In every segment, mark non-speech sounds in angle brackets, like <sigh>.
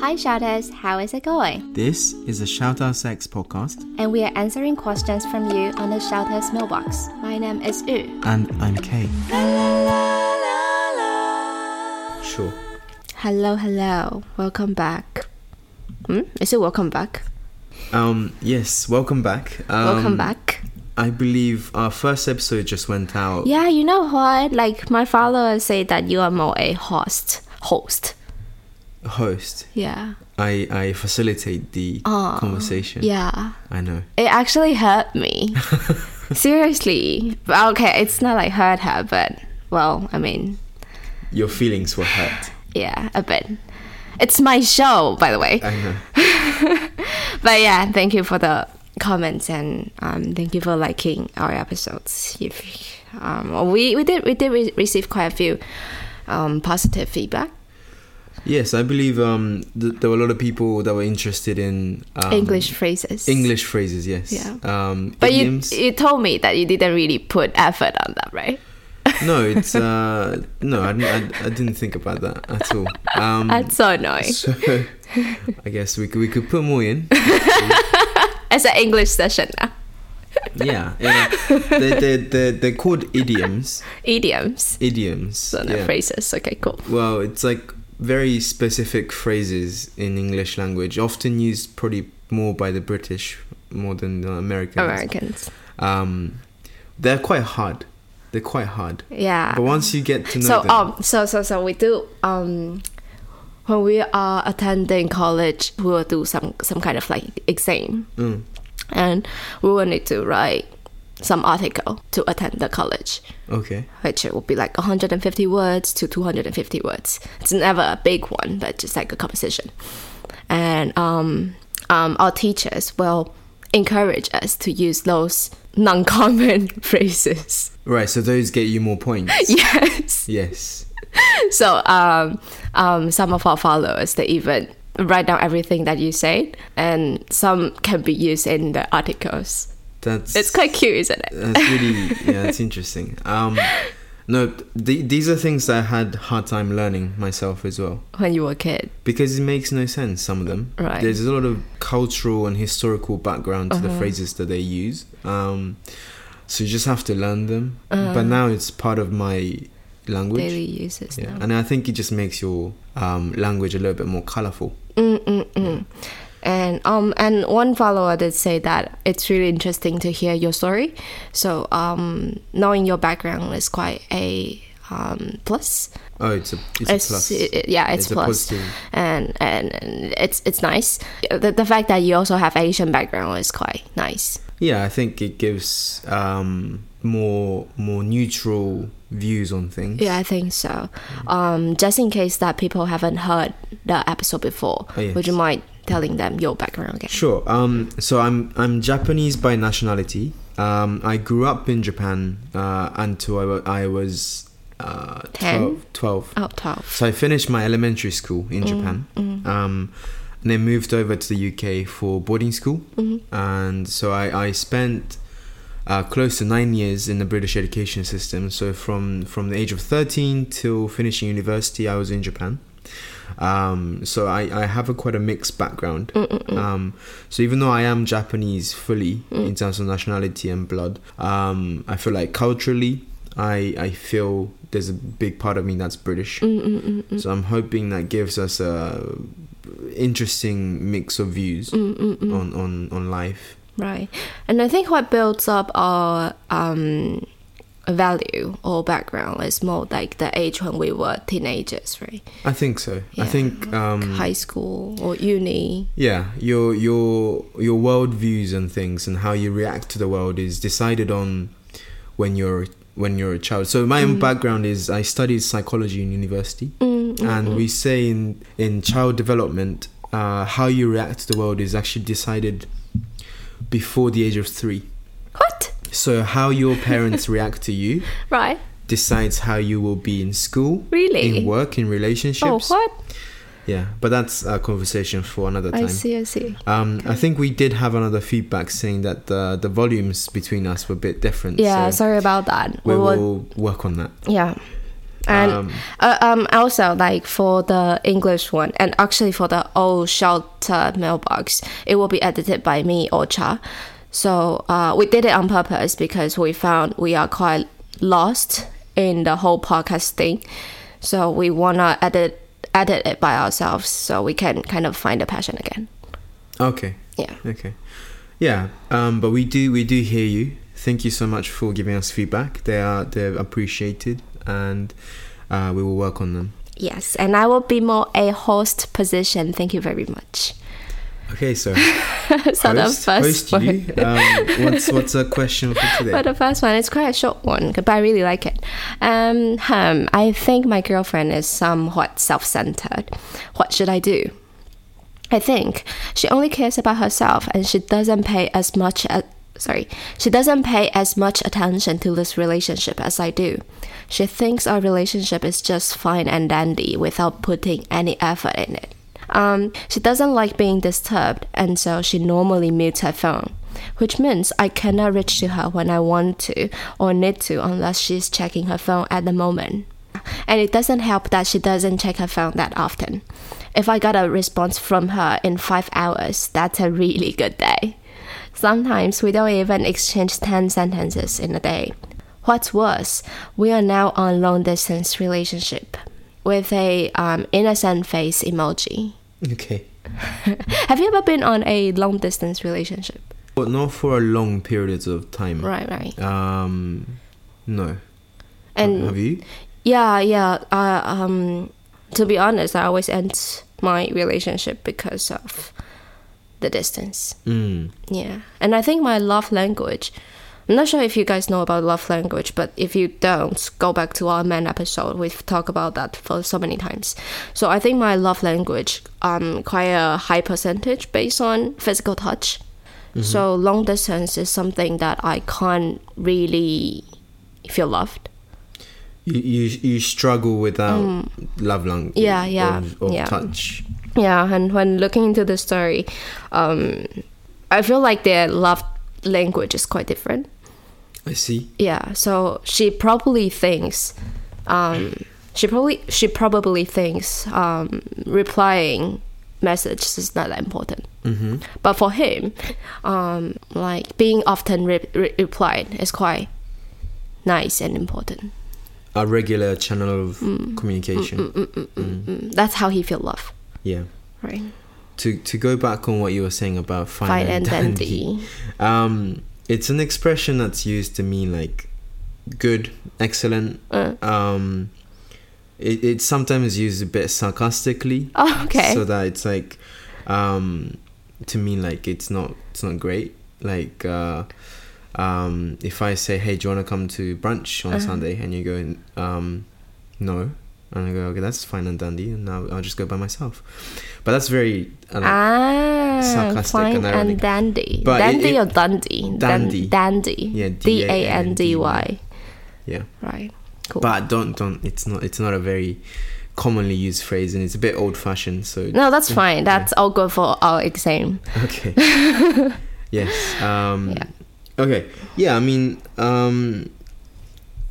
Hi, shouters, how is it going? This is a Shout Out Sex podcast, And we are answering questions from you on the shouters mailbox. My name is Yu. and I'm Kay. Sure. Hello, hello, welcome back. Hmm? Is it welcome back? Um. Yes. Welcome back. Um, welcome back. I believe our first episode just went out. Yeah, you know what? Like my followers say that you are more a host. Host. Host. Yeah. I I facilitate the conversation. Ah. Yeah. I know. <laughs> It actually hurt me. Seriously. But okay, it's not like hurt her, but well, I mean, Your feelings were hurt. yeah, a bit. It's my show, by the way. I know. But yeah, thank you for the comments and um, thank you for liking our episodes. If um, we we did we did re- receive quite a few um, positive feedback. Yes, I believe um th- there were a lot of people that were interested in um, English phrases. English phrases. Yes. Yeah. Um. But you idioms. you told me that you didn't really put effort on that, right? no, it's uh no, I, didn't- I, I didn't think about that at all. Um, That's so annoying. <laughs> So, I guess we could, we could put more in. It's an English session now. Yeah, yeah. They're, they're, they're, they're called idioms. Idioms. Idioms. So no Yeah. phrases. Okay, cool. Well, it's like very specific phrases in English language, often used probably more by the British more than the Americans. Americans. Um, they're quite hard. They're quite hard. Yeah. But once you get to know Ah. so them, um so so so we do um when we are attending college we will do some some kind of like exam Mm. and we will need to write some article to attend the college okay. which it will be like 150 words to 250 words it's never a big one but just like a composition and um, um, our teachers will encourage us to use those non-common <laughs> phrases <laughs> Right, so those get you more points. yes Yes. So um, um, some of our followers they even write down everything that you say, and some can be used in the articles. That's It's quite cute, isn't it? that's really yeah, that's interesting. Um no, th- these are things that I had hard time learning myself as well When you were a kid, because it makes no sense some of them. Right. Uh-huh. There's a lot of cultural and historical background to the phrases that they use. Um so you just have to learn them. But now it's part of my language. Uh-huh. daily uses. Yeah. now. And I think it just makes your um, language a little bit more colorful. Mm-mm-mm. Mm, And um and one follower did say that it's really interesting to hear your story. So um knowing your background is quite a um plus. Oh, it's a it's, a plus. it- it- yeah, it's, a plus. positive. and and and it's it's nice. The, the fact that you also have Asian background is quite nice. Yeah, I think it gives um, more more neutral views on things. Yeah, I think so. Um, just in case that people haven't heard the episode before, Oh, yes. would you mind telling them your background again? Sure. Um, so I'm I'm Japanese by nationality. Um, I grew up in Japan uh, until I, wa- I was uh, Ten? 12, 12. Oh, 12. So I finished my elementary school in Japan, um, and then moved over to the UK for boarding school. And so I, I spent uh, close to nine years in the British education system. So from from the age of thirteen till finishing university, I was in Japan. Um, so I, I have a quite a mixed background. Um, so even though I am Japanese fully in terms of nationality and blood, um, I feel like culturally I I feel there's a big part of me that's British. So I'm hoping that gives us a interesting mix of views on, on on life. Right. And I think what builds up our um, value or background is more like the age when we were teenagers, right? I think so. I Yeah. think um, High school or uni. yeah, your your your world views and things and how you react to the world is decided on when you're when you're a child. So my own background is I studied psychology in university, and we say in in child development uh, how you react to the world is actually decided before the age of three. What? So how your parents react to you Right. decides how you will be in school, Really? in work, in Oh, relationships. what? Yeah, but that's a conversation for another time. I see, I see. Um, I think we did have another feedback saying that the the volumes between us were a bit different. Yeah, so sorry about that. we We were, will work on that. yeah. and Um, uh, um, also like for the English one, and actually for the old shelter mailbox, it will be edited by me or Cha. So uh, we did it on purpose because we found we are quite lost in the whole podcast thing. So we wanna edit edit it by ourselves, so we can kind of find a passion again. Okay. Yeah. Okay. Yeah. Um, but we do we do hear you. Thank you so much for giving us feedback. They are they're appreciated, and uh, we will work on them. Yes, and I will be more a host position. Thank you very much. <laughs> Okay, so so the host, first host one. you. Um, what's what's a question for today? But the first one is quite a short one, but I really like it. Um, hmm, I think my girlfriend is somewhat self centered. What should I do? I think she only cares about herself and she doesn't pay as much as sorry she doesn't pay as much attention to this relationship as i do she thinks our relationship is just fine and dandy without putting any effort in it um, she doesn't like being disturbed and so she normally mutes her phone which means i cannot reach to her when i want to or need to unless she's checking her phone at the moment and it doesn't help that she doesn't check her phone that often. If I got a response from her in five hours, that's a really good day. Sometimes we don't even exchange 10 sentences in a day. What's worse, we are now on long distance relationship with a um, innocent face emoji. Okay. Have you ever been on a long distance relationship? But not for a long periods of time. Right, right. Um, no. And have you? Yeah, yeah. Uh, um, to be honest, I always end my relationship because of the distance. Mm. Yeah, and I think my love language. I'm not sure if you guys know about love language, but if you don't, go back to our man episode. We've talked about that for so many times. So I think my love language um quite a high percentage based on physical touch. So long distance is something that I can't really feel loved. You, you you struggle without love language. Mm. Yeah, yeah, Or, yeah. touch. Yeah, and when looking into the story, um, I feel like their love language is quite different. I see. Yeah, so she probably thinks, um, she probably she probably thinks um, replying messages is not that important. Mm-hmm. But for him, um, like being often re- re- replied is quite nice and important. A regular channel of communication. Mm, That's how he feel love, Yeah. right? to to go back on what you were saying about fine, Fine and, and <laughs> dandy, dandy. um, it's an expression that's used to mean like good, excellent. Uh. <laughs> Um, it, it's sometimes used a bit sarcastically, Oh, okay. so that it's like um, to mean like it's not it's not great. Like uh, um, if I say, "Hey, do you want to come to brunch on Sunday?" and you go, um, "No." And I go, okay, that's fine and dandy, and now I'll just go by myself. But that's very, I don't know, Ah, sarcastic fine and and, ironic. dandy. But it- dandy it- or dandy? Dan- Dandy. dandy. Yeah, D A N D Y. Yeah, Right. Cool. but don't don't. It's not it's not a very commonly used phrase, and it's a bit old fashioned. So no, that's fine. That's all good for our exam. <laughs> okay. yes. Um, Yeah. Okay. Yeah. I mean, um,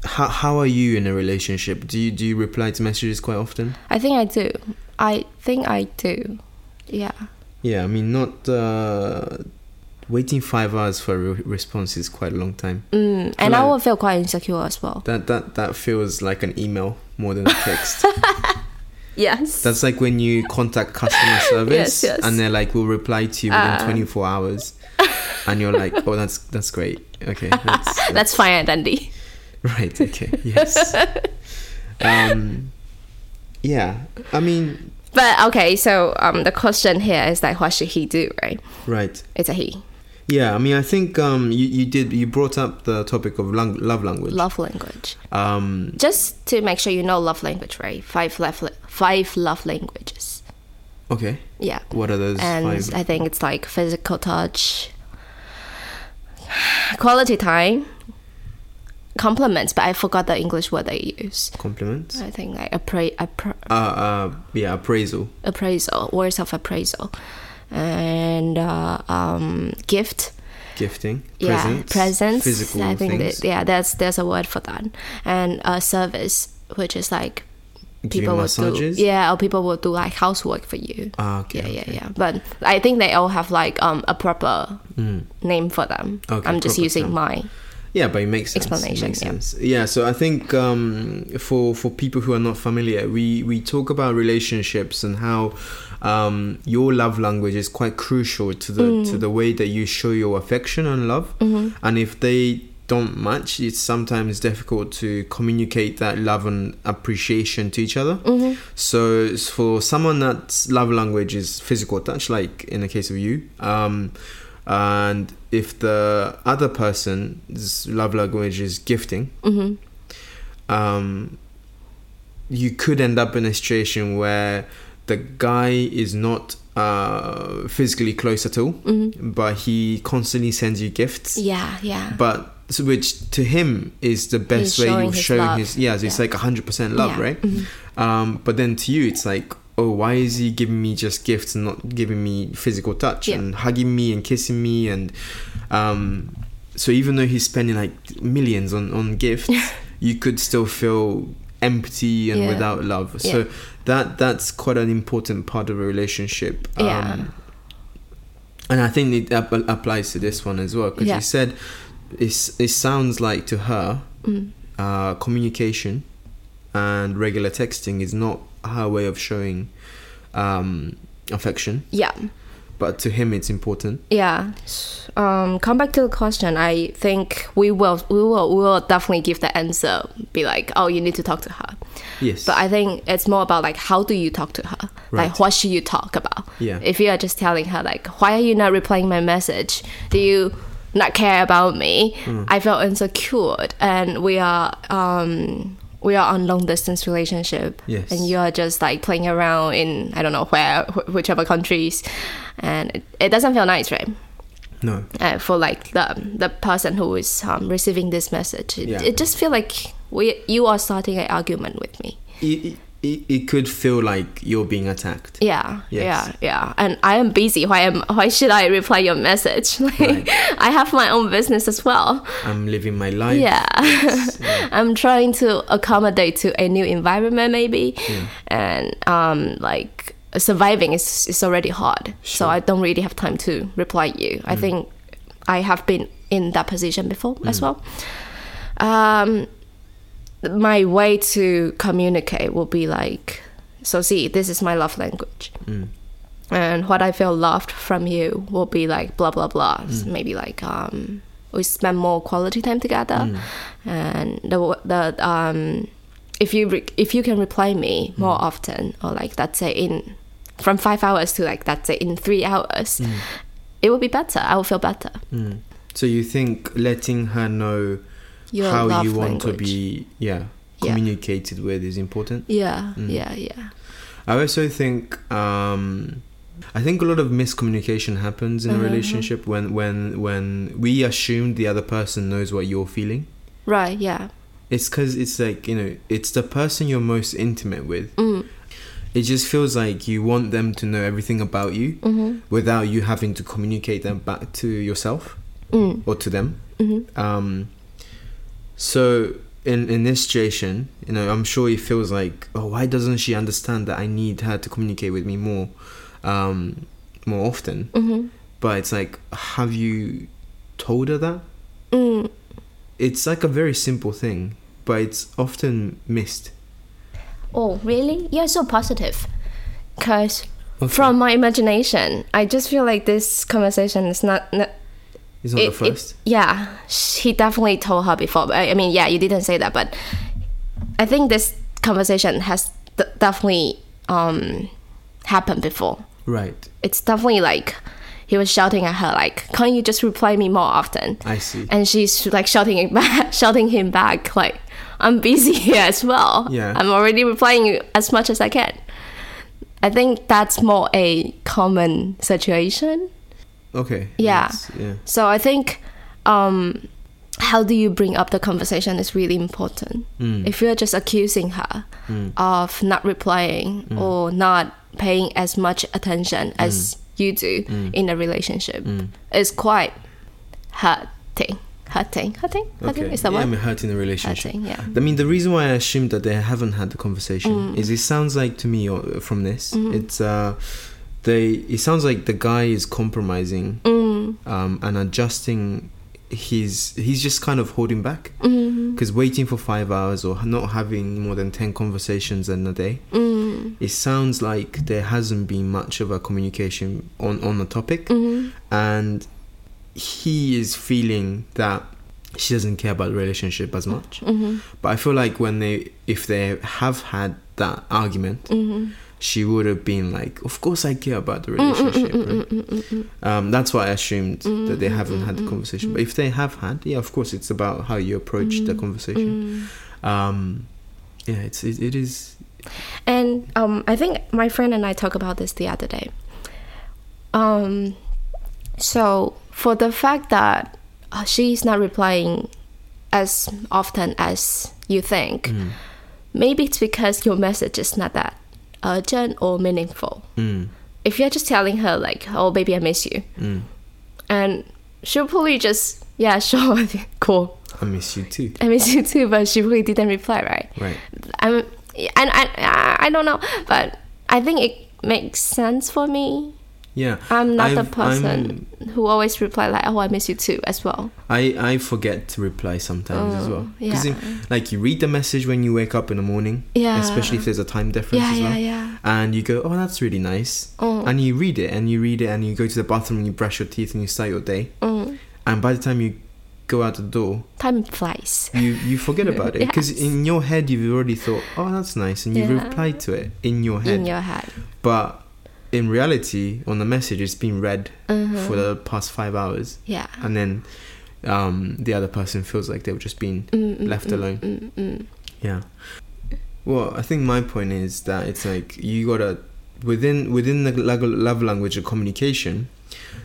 how how are you in a relationship? Do you do you reply to messages quite often? I think I do. I think I do. Yeah. Yeah. I mean, not uh, waiting five hours for a re- response is quite a long time. Mm. And I Hello. will feel quite insecure as well. That that that feels like an email more than a <laughs> text. Yes. That's like when you contact customer <laughs> Yes, service yes. and they're like, "We'll reply to you within Ah. 24 hours," and you're like, "Oh, that's that's great. Okay, that's, <laughs> that's fine and dandy. <laughs> right. Okay, <laughs> yes. um, yeah. I mean, But okay, so um, the question here is like, what should he do, right? right. It's a he. Yeah. I mean, I think um, you you did you brought up the topic of lang- love language. Love language. Um, Just to make sure you know love language, right? Five love, la- five love languages. okay. Yeah. What are those and five? I think it's like physical touch, quality time, compliments. But I forgot the English word they use. Compliments. I think like appra- appra- Uh, uh, yeah, appraisal. appraisal, words of appraisal, and uh, um, gift. Gifting, Yeah, presents, presents. physical I think things. that yeah, that's there's a word for that, and uh, service, which is like Giving people will do massages? yeah or people will do like housework for you Ah, okay, yeah yeah okay. yeah but i think they all have like um a proper Mm. name for them Okay, i'm just proper using term. mine Yeah, but it makes sense. It Explanation, makes yeah. sense. Yeah, so I think um, for for people who are not familiar, we we talk about relationships and how um, your love language is quite crucial to the Mm. to the way that you show your affection and love. Mm-hmm. And if they don't match, it's sometimes difficult to communicate that love and appreciation to each other. Mm-hmm. So it's for someone that's love language is physical touch, like in the case of you, um, and if the other person's love language is gifting, hmm um, you could end up in a situation where the guy is not uh, physically close at all, hmm but he constantly sends you gifts yeah yeah but so which to him is the best He's way showing of his showing love. his yeah, so it's Yeah. like 100% love Yeah. Mm-hmm. right um but then to you it's like oh why is he giving me just gifts and not giving me physical touch Yeah. and hugging me and kissing me and um so even though he's spending like millions on on gifts you could still feel empty and Yeah. without love so Yeah. that that's quite an important part of a relationship Um, Yeah. and I think it app- applies to this one as well because Yeah. you said it's, it sounds like to her Mm. uh, communication and regular texting is not her way of showing um, affection, yeah but to him it's important. Yeah. S- Um, come back to the question. I think we will, we will, we will definitely give the answer. Be like, oh, you need to talk to her. Yes. But I think it's more about like, how do you talk to her? Like, Right. what should you talk about? Yeah. If you are just telling her like, why are you not replying my message? Do you not care about me? Hmm. I felt insecure, and we are um we are on long distance relationship. Yes. And you are just like playing around in I don't know where, wh- whichever countries, and it, it doesn't feel nice, right? no. uh, for like the the person who is um, receiving this message. It, Yeah. it just feel like we you are starting an argument with me. It, it, it could feel like you're being attacked. Yeah, Yes. yeah, yeah. And I am busy. Why am why should I reply your message? <laughs> Like, Right. I have my own business as well. I'm living my life. Yeah. <laughs> It's- yeah. I'm trying to accommodate to a new environment maybe, and um like surviving is is already hard. So Sure. Mm. I don't really have time to reply you. I think I have been in that position before as Mm. well. Um, my way to communicate will be like, so see, this is my love language. And what I feel loved from you will be like blah blah blah. Mm. So maybe like um, we spend more quality time together, Mm. and the the um, if you re- if you can reply Mm. me more often, or like let's say in from five hours to like let's say in three hours, it will be better. I will feel better. Mm. So you think letting her know Your how love you want to language. be yeah Yeah. communicated with is important. Yeah, Mm. yeah, yeah. I also think um, I think a lot of miscommunication happens in a relationship when when when we assume the other person knows what you're feeling. Right, yeah. It's because it's like you know it's the person you're most intimate with. Mm. It just feels like you want them to know everything about you Mm-hmm. without you having to communicate them back to yourself Mm. or to them. Mm-hmm. Um, so in in this situation, you know, I'm sure he feels like, oh, why doesn't she understand that I need her to communicate with me more, um, more often? Mm-hmm. But it's like, have you told her that? Mm. It's like a very simple thing, but it's often missed. Oh, really? You're so positive. Because Okay. from my imagination, I just feel like this conversation is not. not It's not it- the it- first. yeah, sh- he definitely told her before. But I I mean, yeah, you didn't say that, but I think this conversation has d- definitely um, happened before. right. It's definitely like he was shouting at her, like, "Can't you just reply me more often?" I see. and she's like shouting it back, <laughs> shouting him back, like, "I'm busy <laughs> here as well. Yeah. I'm already replying you as much as I can." I think that's more a common situation. okay. Yeah. That's- Yeah. So I think um, how do you bring up the conversation is really important. Hmm. If you're just accusing her of not replying Hmm. or not paying as much attention Hmm. as you do in a relationship, it's quite hurting. hurting, hurting, hurting. Okay. Is that yeah, I what? mean, hurting the relationship. Hurting, yeah. Mm. I mean, the reason why I assume that they haven't had the conversation is it sounds like to me or from this, Mm-hmm. it's uh, they. It sounds like the guy is compromising Mm, um, and adjusting. He's he's just kind of holding back mm, because waiting for five hours or not having more than ten conversations in a day. mm, It sounds like there hasn't been much of a communication on on the topic, mm, and he is feeling that she doesn't care about the relationship as much. mm, But I feel like when they, if they have had that argument, mm, she would have been like, "Of course, I care about the Mm-hmm. relationship." right? Um, that's why I assumed that they haven't had the conversation. But if they have had, yeah, of course, it's about how you approach the conversation. mm. Um, yeah, it's it, it is. And um, I think my friend and I talked about this the other day. Um, so for the fact that uh, she's not replying as often as you think, maybe it's because your message is not that urgent or meaningful. Mm, If you're just telling her like, "Oh, baby, I miss you," mm, and she'll probably just, "Yeah, <laughs> sure, cool, I miss you too. I miss you too," but she really didn't reply, right? Right. I'm, and I, I, I don't know, but I think it makes sense for me. Yeah. I'm not the I've- person who always reply like, "Oh, I miss you too," as well. I I forget to reply sometimes as Oh, well because yeah. like you read the message when you wake up in the morning, Yeah. especially if there's a time difference Yeah, as well. yeah, yeah. And you go, oh, that's really nice. Mm. And you read it, and you read it, and you go to the bathroom, and you brush your teeth, and you start your day. Mm. And by the time you go out the door, Time flies. you you forget about it <laughs> because Yes. in your head you've already thought, oh, that's nice, and you Yeah. replied to it in your head. In your head. but in reality, on the message, it's been read Mhm. for the past five hours, Yeah. and then um, the other person feels like they've just been Mm, mm, left mm, alone. mm, mm. Yeah. Well, I think my point is that it's like you gotta within within the lag- love language of communication,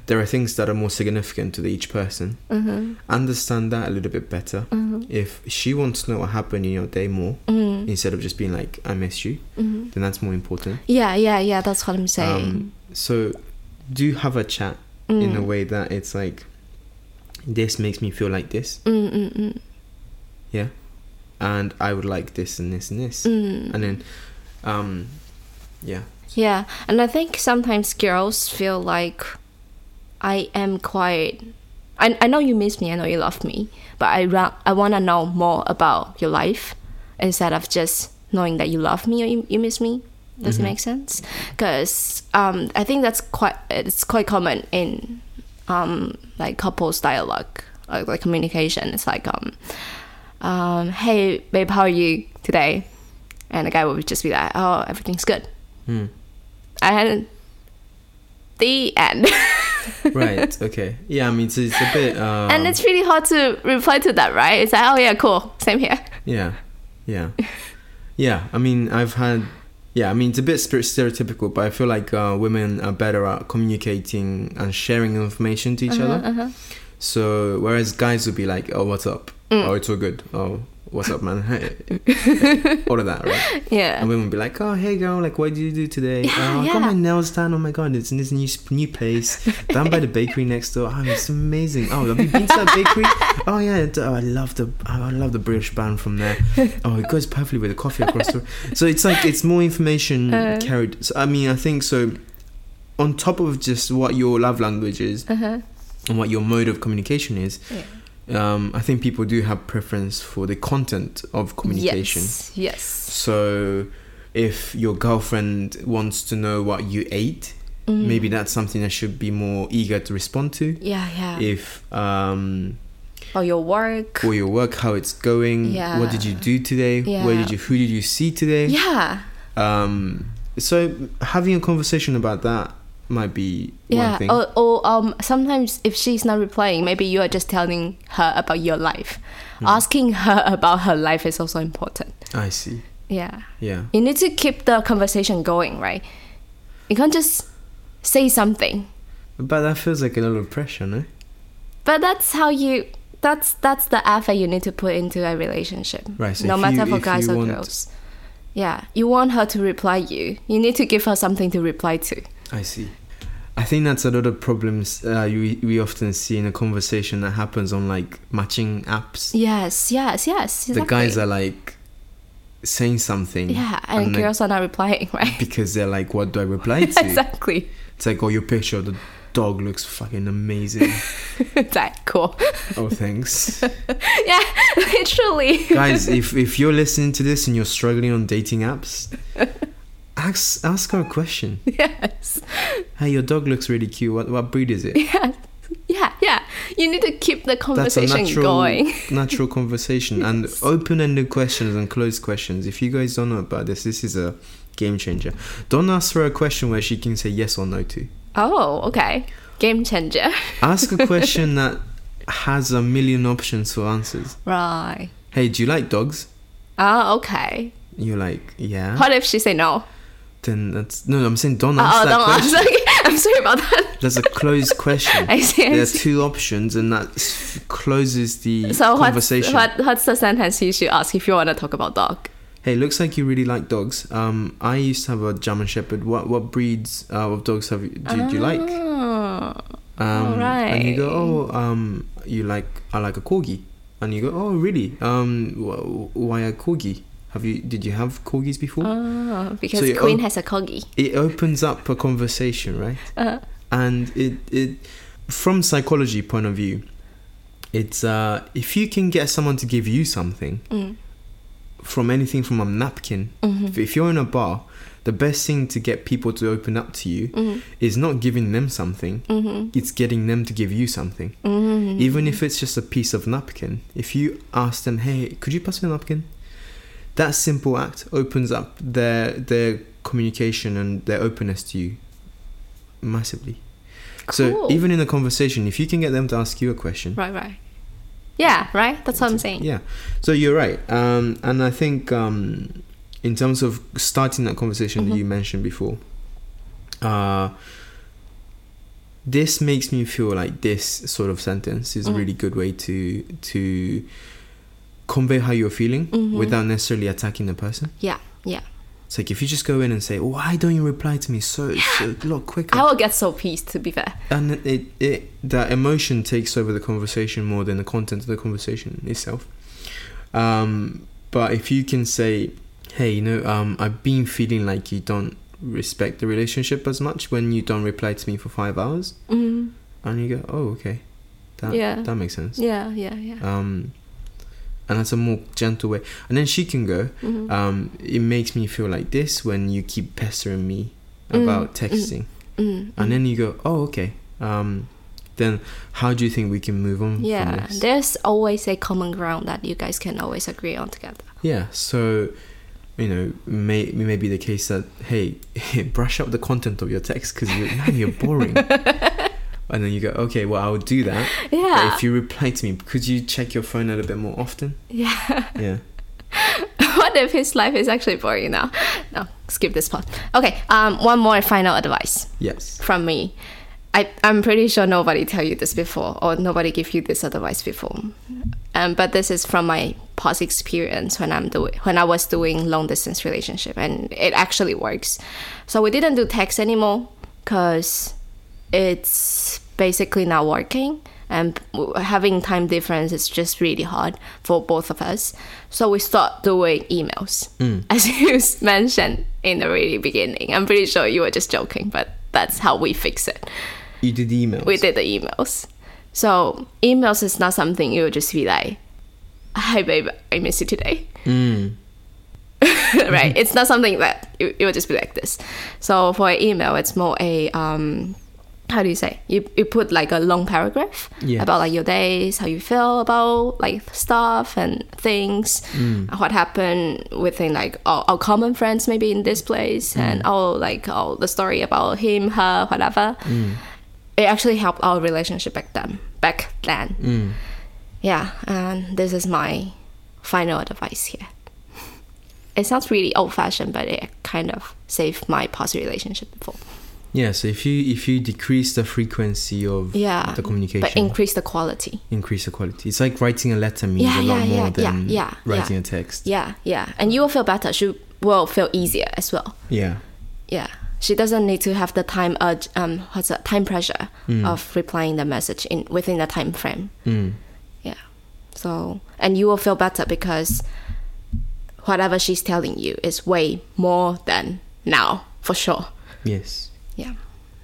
there are things that are more significant to the each person. Mhm. Understand that a little bit better. Mhm. If she wants to know what happened in your day more, Mm. instead of just being like "I miss you," Mhm. then that's more important. Yeah, yeah, yeah. That's what I'm saying. Um, so, do have a chat in a way that it's like, "This makes me feel like this," Mm, mm, mm, yeah, and I would like this and this and this, mm. and then, um, yeah. Yeah, and I think sometimes girls feel like I am quite. I, I know you miss me, I know you love me, but I, ra- I want to know more about your life instead of just knowing that you love me or you, you miss me. Does it make sense? Because um, I think that's quite it's quite common in um, like couples dialogue, like, like communication. It's like, um, um, hey babe, how are you today? And the guy will just be like, oh, everything's good. Hmm. And the end. <laughs> right okay yeah i mean it's, it's a bit um, and it's really hard to reply to that, right? It's like, oh yeah, cool, same here. yeah yeah yeah i mean i've had yeah i mean it's a bit spirit stereotypical but i feel like uh, women are better at communicating and sharing information to each Uh-huh, other so whereas guys would be like oh what's up Mm. oh it's all good oh what's <laughs> up man Hey." all of that right <laughs> Yeah. and women would be like oh hey girl like what did you do today oh, i got yeah. my nails done oh my god it's in this new new <laughs> place down by the bakery next door oh it's amazing oh have you been to that <laughs> bakery oh yeah it- oh, i love the oh, i love the british band from there oh it goes perfectly with the coffee across the so it's like it's more information Uh. carried so, i mean i think so on top of just what your love language is Uh-huh. and what your mode of communication is um, i think people do have preference for the content of communication Yes. Yes. so, if your girlfriend wants to know what you ate, Mm. maybe that's something that should be more eager to respond to. Yeah, yeah. If um, or your work. or your work, how it's going, what did you Yeah. do today? Where Yeah. did you? Who did you see today? yeah. Um, so having a conversation about that might be Yeah. one thing. Or, or um, sometimes if she's not replying, maybe you are just telling her about your life. Hmm. Asking her <laughs> about her life is also important. I see. Yeah. Yeah. You need to keep the conversation going, right? You can't just say something But that feels like a lot of pressure, no? But that's how you. That's that's the effort you need to put into a relationship. Right, so no if matter you- for if guys you or want- girls. Yeah, you want her to reply you. You need to give her something to reply to. I see. I think that's a lot of problems uh, we, we often see in a conversation that happens on like matching apps. Yes, yes, yes. The guys exactly. are like saying something. Yeah, <laughs> and, like, girls are not replying, right? because they're like, what do <laughs> I reply to? exactly. <laughs> It's like, oh, your picture of the dog looks <laughs> fucking amazing. that cool. <laughs> oh, thanks. Yeah, literally. <laughs> Guys, if, if you're listening to this and you're struggling on <laughs> dating apps, ask, ask her a question. Yes. Hey, your dog looks really cute. What, what breed is it? Yeah. Yeah, yeah. You need to keep the That's a <laughs> conversation natural, going. <laughs> natural conversation and open-ended questions and closed questions. If you guys don't know about this, this is a game changer. Don't ask her a question where she can say yes or no to. Oh, okay. Game changer. <laughs> Ask a question that has a million options for answers. Right. Hey, do you like dogs? Oh, okay. You're like, yeah. What if she say no? Then that's no. I'm saying don't ask Oh, that don't question. answer. I'm <laughs> sorry about that. That's a <laughs> closed question. I see. I there are see. two options, and that s- closes the So what's, conversation. what, what's the sentence you should ask if you want to talk about dog? Hey, looks like you really like dogs. Um, I used to have a German Shepherd. What what breeds uh, of dogs have you, do, do you like? Um, Oh, And you go, alright. oh, um, you like I like a corgi, and you go, oh, really? Um, wh- why a corgi? Have you did you have corgis before? oh, because you Queen op- has a corgi. it opens up a conversation, right? Uh, and it it from psychology point of view it's uh if you can get someone to give you something mm, from anything from a napkin mhm, if, if you're in a bar the best thing to get people to open up to you mhm, is not giving them something mhm, it's getting them to give you something mhm. even if it's just a piece of napkin if you ask them hey could you pass me a napkin that simple act opens up their their communication and their openness to you massively so Cool. even in a conversation, if you can get them to ask you a question, right, right. Yeah, right. That's what I'm saying. yeah. So you're right, um, and I think um, in terms of starting that conversation Mm-hmm. that you mentioned before, uh, this makes me feel like this sort of sentence is Mhm. a really good way to to convey how you're feeling Mhm. without necessarily attacking the person. Yeah, yeah. It's like if you just go in and say, "Why don't you reply to me so, so a lot quicker?" I will get so pissed. To be fair. and it, it that emotion takes over the conversation more than the content of the conversation itself um, but if you can say hey you know um, i've been feeling like you don't respect the relationship as much when you don't reply to me for five hours Mm, and you go oh okay that, Yeah. that makes sense yeah, yeah, yeah. um, and that's a more gentle way and then she can go Mhm. um, it makes me feel like this when you keep pestering me Mm, about mm. texting Mm, and mm. then you go, oh, okay. Um, then how do you think we can move on? Yeah, From this? there's always a common ground that you guys can always agree on together. yeah. So, you know, may it may be the case that hey, <laughs> brush up the content of your text because you, man, you're <laughs> boring. and then you go, okay, well, I'll do that. But Yeah. if you reply to me, could you check your phone a little bit more often? yeah. <laughs> Yeah. <laughs> what if his life is actually boring now? No, skip this part. Okay, um, one more final advice Yes. from me. I, I'm pretty sure nobody tell you this before or nobody give you this advice before. Um, but this is from my past experience when I'm doing when I was doing long distance relationship and it actually works. So we didn't do text anymore because it's basically not working and w- having time difference is just really hard for both of us. So we start doing emails <laughs> as you s- mentioned in the really beginning. I'm pretty sure you were just joking, but that's how we fix it. You did the emails. We did the emails. So emails is not something you would just be like, "Hi babe, I miss you today." <laughs> right? It's not something that you, you would just be like this. So for an email, it's more a um, how do you say? You you put like a long paragraph Yes. about like your days, how you feel about like stuff and things, what happened within like our, our common friends maybe in this place, and all like all the story about him, her, whatever. It actually helped our relationship back then. Back then, yeah. And this is my final advice here it sounds really old fashioned, but it kind of saved my past relationship before. Yeah. So if you if you decrease the frequency of Yeah. the communication, But increase the quality. increase the quality. It's like writing a letter means Yeah, a lot yeah, more yeah, than yeah, yeah, writing yeah. a text. Yeah, yeah. And you will feel better. She will feel easier as well. Yeah. Yeah. she doesn't need to have the time urge, um, what's that, time pressure of replying the message in within the time frame. Mm. Yeah. So, and you will feel better because whatever she's telling you is way more than now, for sure. Yes. Yeah.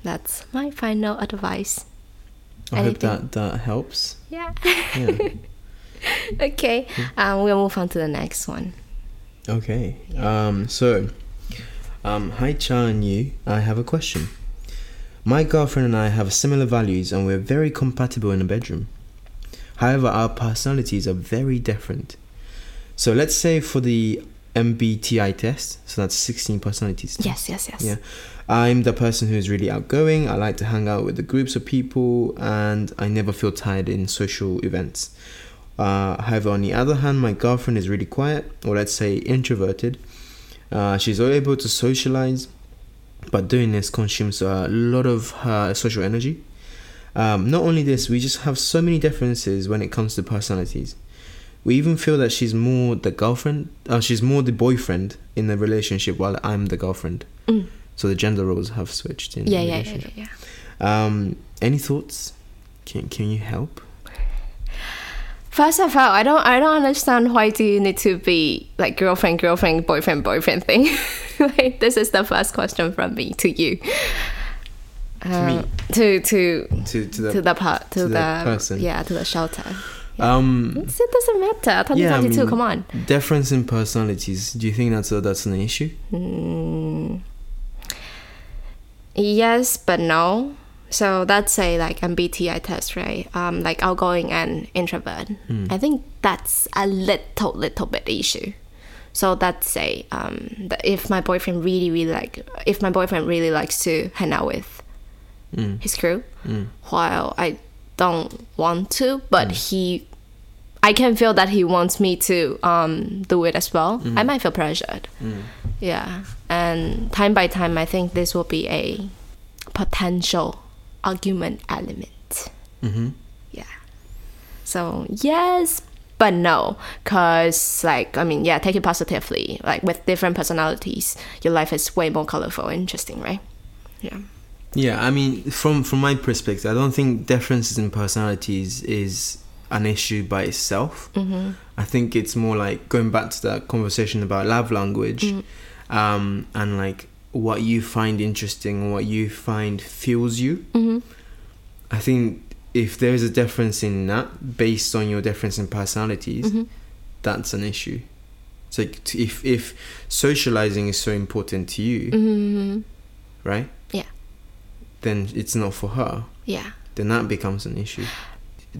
That's my final advice. I hope Anything? that that helps. Yeah. <laughs> Yeah. okay. Hmm. Um, we'll move on to the next one. Okay. Um, so, um, hi Cha and you. I have a question. My girlfriend and I have similar values, and we're very compatible in the bedroom. However, our personalities are very different. So let's say for the MBTI test, so that's sixteen personalities. Yes, yes, yes. Yeah. I'm the person who's really outgoing. I like to hang out with the groups of people and I never feel tired in social events. Uh, however, on the other hand, my girlfriend is really quiet, or let's say introverted. Uh, she's able to socialize, but doing this consumes a lot of her social energy. Um, not only this, we just have so many differences when it comes to personalities. We even feel that she's more the girlfriend, uh, she's more the boyfriend in the relationship, while I'm the girlfriend. Mm. So the gender roles have switched in Yeah, yeah, the yeah, yeah, relationship. yeah. Um, any thoughts? Can Can you help? First of all, I don't I don't understand why do you need to be like girlfriend, girlfriend, boyfriend, boyfriend thing. <laughs> like this is the first question from me to you. Um, to to To to the, to the part to, the, to the person. yeah to the shelter. um It's, it doesn't matter. Twenty yeah, I twenty two. mean, Come on. Difference in personalities. Do you think that's a, that's an issue? Mm. Yes, but no. So that's a like MBTI test, right? Um, like outgoing and introvert. I think that's a little, little bit issue. So that's say um, that if my boyfriend really, really like, if my boyfriend really likes to hang out with Mm. his crew, Mm. while I don't want to, but he, I can feel that he wants me to um, do it as well. Mm-hmm. I might feel pressured. Mm. Yeah, and time by time, I think this will be a potential argument element. Mm-hmm. Yeah. So yes, but no, cause like I mean, yeah, take it positively. Like with different personalities, your life is way more colorful, and interesting, right? Yeah. Yeah, I mean, from from my perspective, I don't think differences in personalities is an issue by itself. Mm-hmm. I think it's more like going back to that conversation about love language, um, and like what you find interesting, what you find fuels you. Mm-hmm. I think if there is a difference in that based on your difference in personalities, Mhm. that's an issue. So like, t- if if socializing is so important to you, Mm-hmm. right? Yeah. Then it's not for her. Yeah. Then that becomes an issue.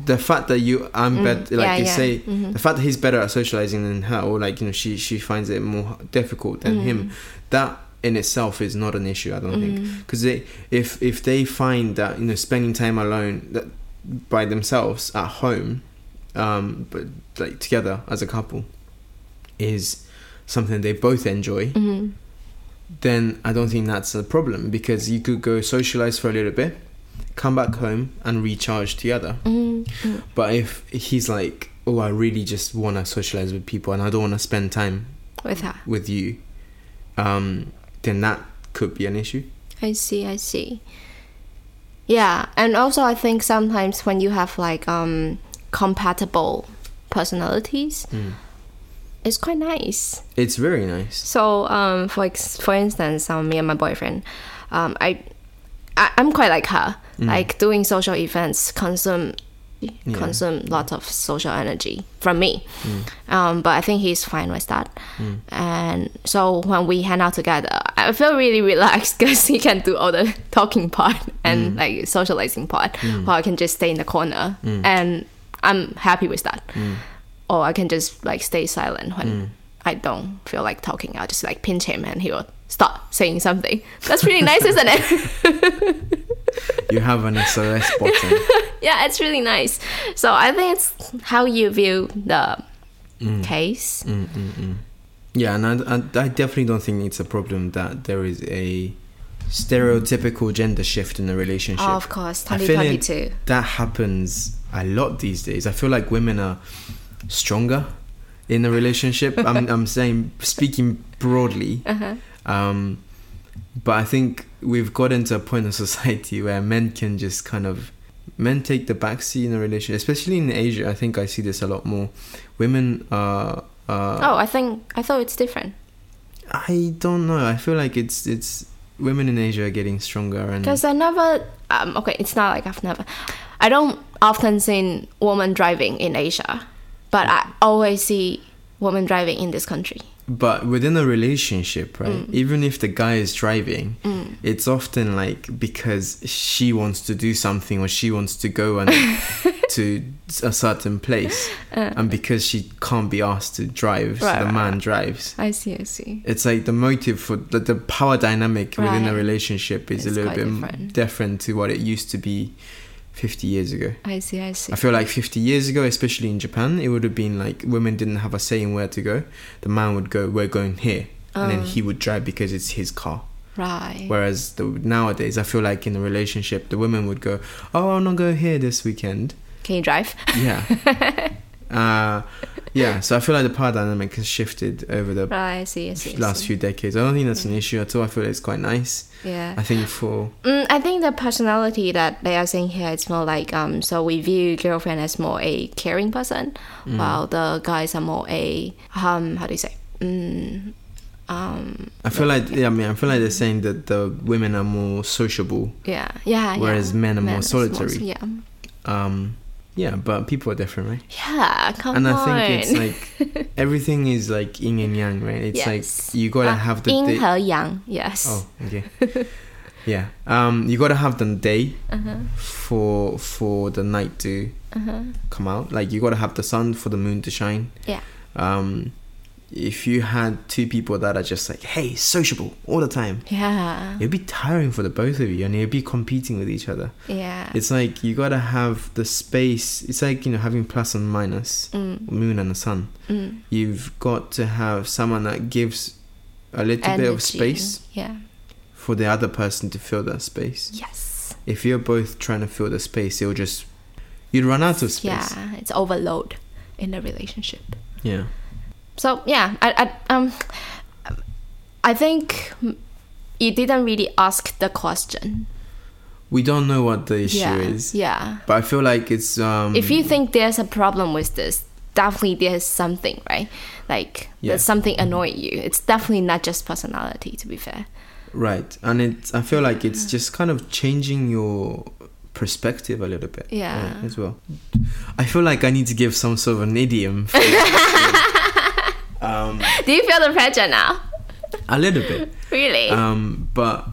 The fact that you I'm Mm, better, Um, like yeah, you yeah. say, Mhm. the fact that he's better at socializing than her, or like you know she she finds it more difficult than Mm. him, that in itself is not an issue. I don't think because if if they find that you know spending time alone that by themselves at home um but like together as a couple is something they both enjoy Mm-hmm. then i don't think that's a problem because you could go socialize for a little bit come back home and recharge together Mm-hmm. but if he's like oh i really just want to socialize with people and i don't want to spend time With her. with you um then that could be an issue I see, I see. Yeah, and also I think sometimes when you have like um compatible personalities, it's quite nice. it's very nice So um for ex- for instance, um, me and my boyfriend, um, I, I I'm quite like her. Like doing social events consume consume lots of social energy from me. Um, but I think he's fine with that. And so when we hang out together, I feel really relaxed <laughs> because he can do all the <laughs> talking part and like socializing part, while I can just stay in the corner. And I'm happy with that. Mm. Or I can just like stay silent when I don't feel like talking. I'll just like pinch him and he will stop saying something. That's pretty nice, isn't <laughs> it? <laughs> you have an SOS button. yeah, it's really nice. So I think it's how you view the Mm. case. Yeah, and I, I, I definitely don't think it's a problem that there is a stereotypical gender shift in a relationship. Oh, of course, I feel like 2022. that happens a lot these days. I feel like women are stronger <laughs> Uh-huh. in a relationship. I'm, I'm saying, speaking broadly, um, But I think we've gotten to a point in society <laughs> where men can just kind of men take the backseat in a relationship, especially in Asia. I think I see this a lot more. Women are. Uh, oh, I think I thought it's different I don't know. I feel like it's it's women in Asia are getting stronger and because I never. Um, okay, it's not like I've never. I don't often see women driving in Asia, but Mm. I always see women driving in this country. but within a relationship, right? Mm. Even if the guy is driving, it's often like because she wants to do something or she wants to go <laughs> and to a certain place, and because she can't be asked to drive, Uh. Right, so the right, man drives. I see. I see. It's like the motive for the, the power dynamic within a Right. relationship is It's a little quite bit m- different. different to what it used to be 50 years ago. I see. I see. I feel like 50 years ago, especially in Japan, it would have been like women didn't have a say in where to go. The man would go, "We're going here," and then Oh. he would drive because it's his car. Right. Whereas the, nowadays, I feel like in a relationship, the women would go, "Oh, I'm not going here this weekend." Can you drive? <laughs> Yeah, uh, yeah. So I feel like the power dynamic has shifted over the right. I see. I see. I last see. few decades. I don't think that's an issue at all. I feel it's quite nice. Yeah. I think for Mm, I think the personality that they are saying here it's more like um so we view girlfriend as more a caring person Mm. while the guys are more a um how do you say mm, um I feel like yeah, I mean, I feel like they're saying that the women are more sociable. yeah yeah yeah. Whereas men are more is more- solitary. yeah Um, yeah, but people are different, right? yeah come and on I think <laughs> it's like everything is like yin and yang, right? It's Yes. like you gotta Uh, have the yin day. her yang yes Oh, okay. <laughs> yeah. Um, you gotta have the day Uh-huh. for for the night to come out. Like you gotta have the sun for the moon to shine. Yeah. Um, if you had two people that are just like, hey, sociable all the time, yeah it'd be tiring for the both of you, and you'd be competing with each other. yeah It's like you gotta have the space. It's like you know having plus and minus, Mm. moon and the sun. Mm. You've got to have someone that gives a little bit Energy. of space yeah for the other person to fill that space. yes If you're both trying to fill the space, it'll just you'd run out of space. yeah it's overload in a relationship. Yeah. So yeah, I, I um, I think you didn't really ask the question. We don't know what the issue yeah, is, yeah. but I feel like it's um. If you think there's a problem with this, definitely there's something right. Like Yeah. there's something annoying you. It's definitely not just personality. To be fair, <laughs> right, and it's I feel like it's just kind of changing your perspective a little bit. Yeah. right, as well. I feel like I need to give some sort of an idiom. For <laughs> um, do you feel the pressure now? a little bit. Really? Um, but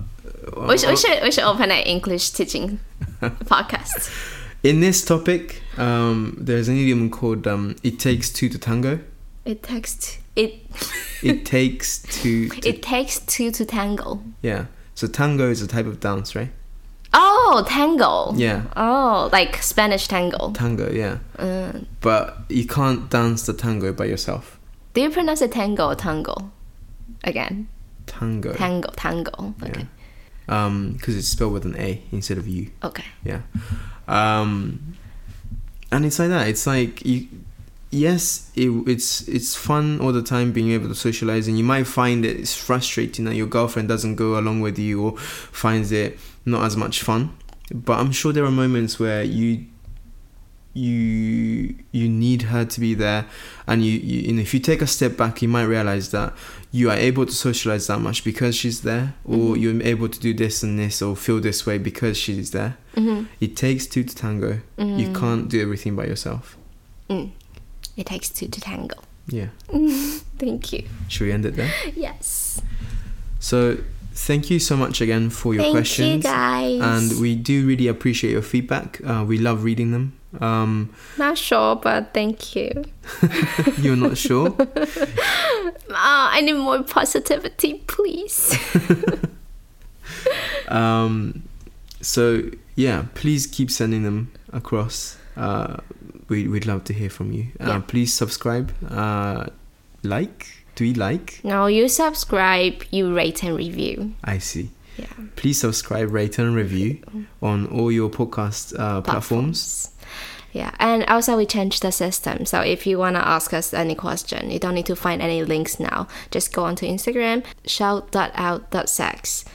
uh, we, should, we should we should open an English <laughs> teaching podcast. in this topic, um, there's an idiom called um, "It takes two to tango." It takes it <laughs> It takes two. To, it takes two to tango. yeah. So tango is a type of dance, right? Oh, tango. Yeah. Oh, like Spanish tango. Tango, yeah. Uh, But you can't dance the tango by yourself. Do you pronounce it tango or tango? Again, Tango. tango, tango. Okay, Yeah. Um, because it's spelled with an A instead of U. okay. yeah um and it's like that it's like you yes it, it's it's fun all the time being able to socialize and you might find it it's frustrating that your girlfriend doesn't go along with you or finds it not as much fun but i'm sure there are moments where you you you need her to be there and you, you and if you take a step back you might realize that you are able to socialize that much because she's there or you're able to do this and this or feel this way because she's there hmm it takes two to tango. You can't do everything by yourself. mm-hmm, Mm. It takes two to tango. Yeah. Thank you. Should we end <laughs> it there? Yes. So, thank you so much again for your Thank questions. you guys. And we do really appreciate your feedback. Uh, we love reading them. <laughs> Um, Not sure, but thank you. you're not sure? Uh, I need more positivity, <laughs> please. Um, so, yeah, please keep sending them across. Uh, we, we'd love to hear from you. Uh, Yeah. Please subscribe, uh, like. Do we like? now you subscribe, you rate and review. I see. Yeah. Please subscribe, rate, and review on all your podcast uh, platforms. platforms. Yeah, and also we changed the system. So if you want to ask us any question, you don't need to find any links now. Just go onto Instagram, shout.out.sex.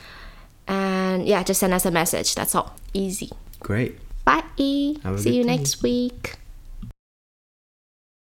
And yeah, just send us a message. That's all. Easy. Great. Bye. Have a See good you day. next week.